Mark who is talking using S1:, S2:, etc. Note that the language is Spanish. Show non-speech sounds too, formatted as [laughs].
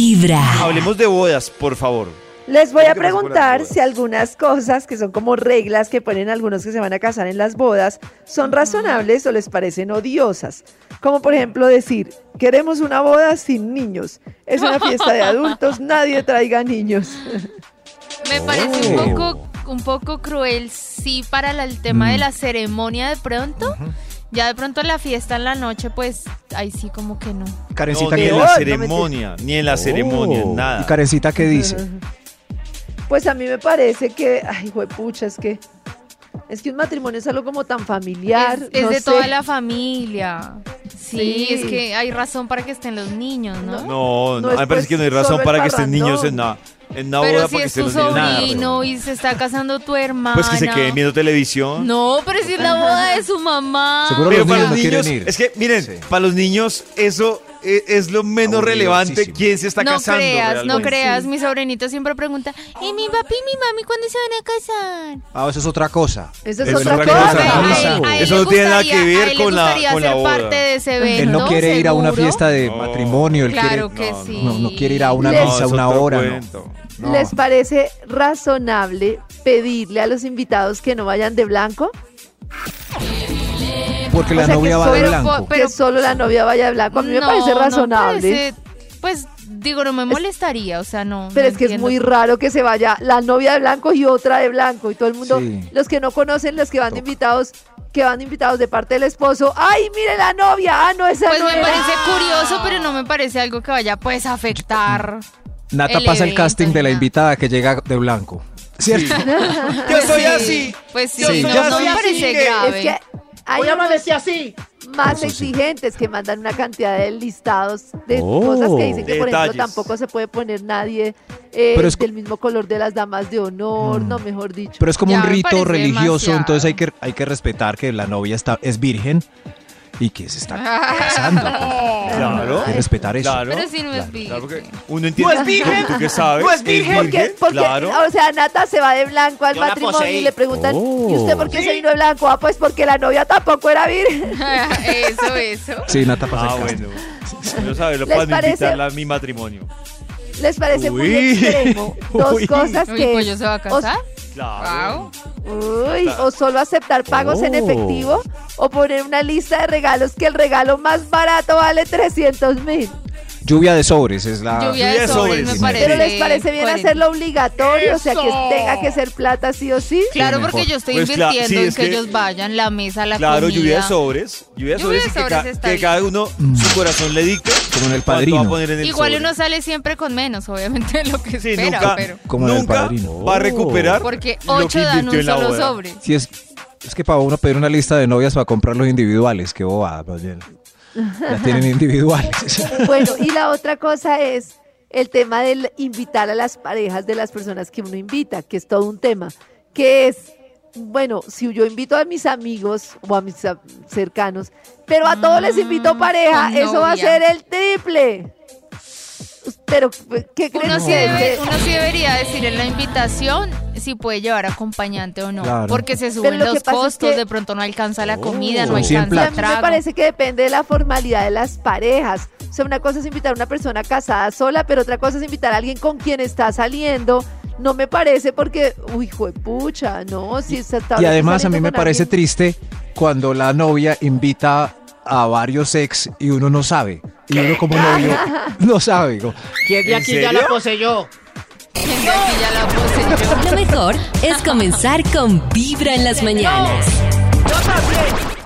S1: Vibra.
S2: Hablemos de bodas, por favor.
S3: Les voy a
S4: ¿Qué pasó con las
S3: preguntar
S4: bodas?
S3: si algunas cosas que son como reglas que ponen algunos que se van a casar en las bodas son razonables o les parecen odiosas. Como por ejemplo decir, queremos una boda sin niños. Es una fiesta de
S5: [laughs]
S3: adultos, nadie traiga niños.
S5: Me parece un
S4: Oh.
S5: poco, un poco cruel, sí, para la- el tema
S2: Mm.
S5: de la ceremonia de pronto. Ya de pronto la fiesta en la noche, pues ahí sí como que no.
S2: No,
S6: Karencita,
S2: ni
S6: ¿qué
S2: en
S3: Oh,
S2: la
S3: no
S2: ceremonia, ni en la ceremonia,
S6: Oh. ¿Y
S2: nada.
S6: Karencita qué dice?
S3: [laughs] Pues a mí me parece que, ay, pucha, es que es que un matrimonio es algo como tan familiar.
S5: Es, es
S3: no
S5: de
S3: sé.
S5: toda la familia. Sí,
S3: Sí.
S5: es que hay razón para que estén los niños, ¿no?
S2: No, no,
S3: No,
S2: a mí me
S3: es
S2: parece que no hay
S3: pues
S2: razón
S3: solo el
S2: para que estén niños en
S3: parrandón.
S2: una, en una boda
S5: Pero si
S2: para que
S5: es
S2: estén
S5: tu
S2: los niños. Nada,
S5: sobrino y se está casando tu hermana.
S2: pues que se queden viendo televisión.
S5: No, pero si es la boda de su mamá.
S6: Seguro
S2: Pero
S6: los
S2: para los
S6: niños no
S2: niños,
S6: quieren ir.
S2: es que miren,
S6: Sí.
S2: para los niños eso e- es, lo menos relevante.
S6: Aburridísimo.
S2: ¿Quién se está
S5: no
S2: casando?
S5: creas, no
S2: realmente.
S5: creas. Mi sobrinito siempre pregunta, ¿y mi papi y mi mami cuándo se van a casar?
S6: Ah, eso es otra cosa.
S5: Eh,
S3: Esa es
S2: Eso
S3: otra
S2: es otra
S3: cosa.
S2: cosa.
S5: Pero
S6: Ah,
S5: a él- a él
S2: Eso
S5: le
S2: no tiene nada
S5: gustaría-
S2: que ver
S5: a él le
S2: con la-
S5: gustaría
S2: con la
S5: ser
S2: boda.
S5: parte de ese evento.
S6: Él no quiere ir a una
S5: seguro.
S6: fiesta de
S2: No.
S6: matrimonio. Él
S5: Claro
S6: quiere,
S5: que
S2: no,
S5: sí.
S6: no, no quiere ir a una
S3: Les-
S6: misa,
S2: es
S6: una
S2: otro
S6: hora. no.
S2: cuento.
S6: No.
S3: ¿Les parece razonable pedirle a los invitados que no vayan de blanco?
S6: Porque
S3: O
S6: la
S3: sea que
S6: novia va de
S3: solo-
S6: blanco.
S5: Pero-
S3: que solo la novia vaya de blanco. A mí me
S5: No,
S3: parece
S5: no
S3: razonable.
S5: parece- pues digo, no me molestaría, o sea, no.
S3: Pero
S5: no
S3: es que es
S5: entiendo.
S3: muy raro que se vaya la novia de blanco y otra de blanco. Y todo el mundo,
S6: Sí.
S3: los que no conocen, los que van de invitados, que van de invitados de parte del esposo. ¡Ay, mire la novia! ¡Ah, no, esa
S5: Pues
S3: no
S5: me
S3: era".
S5: parece curioso, pero no me parece algo que vaya pues a afectar.
S6: Nata
S5: el
S6: pasa el
S5: evento,
S6: casting de la
S5: ya.
S6: invitada que llega de blanco. [laughs] ¿Cierto?
S2: Yo soy
S5: Sí,
S2: así.
S5: Pues sí,
S2: Yo soy
S5: no,
S2: así,
S5: no me parece
S2: que-
S5: grave.
S3: Es que hay unos más exigentes que mandan una cantidad de listados de
S6: Oh.
S3: cosas que dicen que, por ejemplo,
S2: Detalles.
S3: tampoco se puede poner nadie eh,
S6: Pero es co-
S3: del mismo color de las damas de honor,
S6: Mm.
S3: no, mejor dicho.
S6: Pero es como
S5: Ya
S6: un
S5: me
S6: rito
S5: parece
S6: religioso,
S5: demasiado.
S6: entonces hay que, hay que respetar que la novia está, es virgen y que se está casando. pues.
S5: [laughs]
S2: Claro.
S6: Hay que respetar eso.
S2: Claro.
S5: Pero si no es
S6: Claro,
S2: Claro,
S5: [laughs]
S2: porque
S5: virgen.
S2: uno entiende.
S7: No es virgen.
S2: ¿Tú qué sabes?
S7: No es virgen.
S3: ¿Por qué? Porque,
S2: Claro.
S3: o sea, Nata se va de blanco al
S7: Yo la
S3: matrimonio y
S7: poseí.
S3: le preguntan,
S6: Oh.
S3: ¿y usted por qué se vino de blanco? Ah, pues porque la novia tampoco era virgen. [laughs]
S5: eso, eso.
S6: Sí, Nata pasa
S2: Ah,
S6: el casting. [laughs]
S2: bueno. Yo saberlo
S3: ¿Les
S2: para no
S3: parece?
S2: invitarla a mi matrimonio.
S3: ¿Les parece muy
S2: Uy.
S3: extremo? Dos
S6: Uy.
S3: cosas
S5: Uy,
S3: que...
S5: pues yo se va a
S3: o-
S5: casar.
S2: Claro.
S5: Wow.
S3: Uy, o solo aceptar pagos en
S6: Oh.
S3: efectivo o poner una lista de regalos que el regalo más barato vale 300 mil.
S6: Lluvia de sobres es la.
S5: Lluvia
S2: Lluvia
S5: de
S2: de
S5: sobres,
S2: sobres.
S5: me parece.
S3: Pero les parece bien
S5: coherente.
S3: hacerlo obligatorio, o sea, que tenga que ser plata sí o sí.
S5: Claro,
S6: Sí,
S5: porque
S6: mejor.
S5: yo estoy
S2: Pues, cla-
S5: invirtiendo
S2: sí,
S5: en
S2: es
S5: que,
S2: que-
S5: ellos vayan, la mesa, la
S2: Claro,
S5: comida.
S2: lluvia de sobres. Lluvia de
S5: Lluvia
S2: sobres,
S5: de
S2: y que,
S5: sobres
S2: ca-
S5: está
S2: que
S5: bien.
S2: cada uno su corazón le dicte.
S6: Mm. Como en El
S2: cuánto va a
S6: Padrino.
S2: poner en el
S5: Igual
S2: sobre.
S5: uno sale siempre con menos, obviamente, [laughs] lo que
S2: Sí,
S5: espera,
S2: nunca,
S5: pero...
S6: Como en El
S2: nunca
S6: Padrino.
S2: va a
S6: Oh.
S2: recuperar
S5: Porque
S2: lo que
S5: ocho dan
S2: invirtió
S5: un
S2: en la
S5: solo
S2: boda.
S5: sobre.
S6: Sí, es, es que para uno pedir una lista de novias para comprar los individuales, qué bobada. pues, ya- Ya tienen individuales.
S3: Bueno, y la otra cosa es el tema del invitar a las parejas de las personas que uno invita, que es todo un tema, que es, bueno, si yo invito a mis amigos o a mis a- cercanos, pero a todos les invito
S5: Mm,
S3: pareja,
S5: con
S3: eso va a
S5: novia.
S3: ser el triple. Pero, ¿qué creen
S5: Uno sí,
S3: ustedes?
S5: debe- uno sí debería decir en la invitación si puede llevar acompañante o no.
S6: Claro.
S5: Porque se
S3: lo
S5: suben
S3: que
S5: los
S3: pasa es
S5: costos,
S3: que-
S5: de pronto no alcanza la comida,
S2: Oh,
S5: no
S6: Son cien
S5: alcanza
S3: A
S5: el
S3: mí
S6: platos.
S3: me
S5: trago.
S3: parece que depende de la formalidad de las parejas. O sea, una cosa es invitar a una persona casada sola, pero otra cosa es invitar a alguien con quien está saliendo. No me parece porque, uy, juepucha, no, si está está
S6: Y además a mí me
S3: saliendo con
S6: parece
S3: alguien-
S6: triste cuando la novia invita a varios ex y uno no sabe. Y uno como novio no sabe. digo,
S7: ¿Quién de
S2: ¿En
S7: aquí ya
S2: serio?
S7: la poseyó?
S5: Gente, aquí ya la puse yo.
S1: Lo mejor es comenzar con Vibra en las mañanas.
S7: ¡Yo también!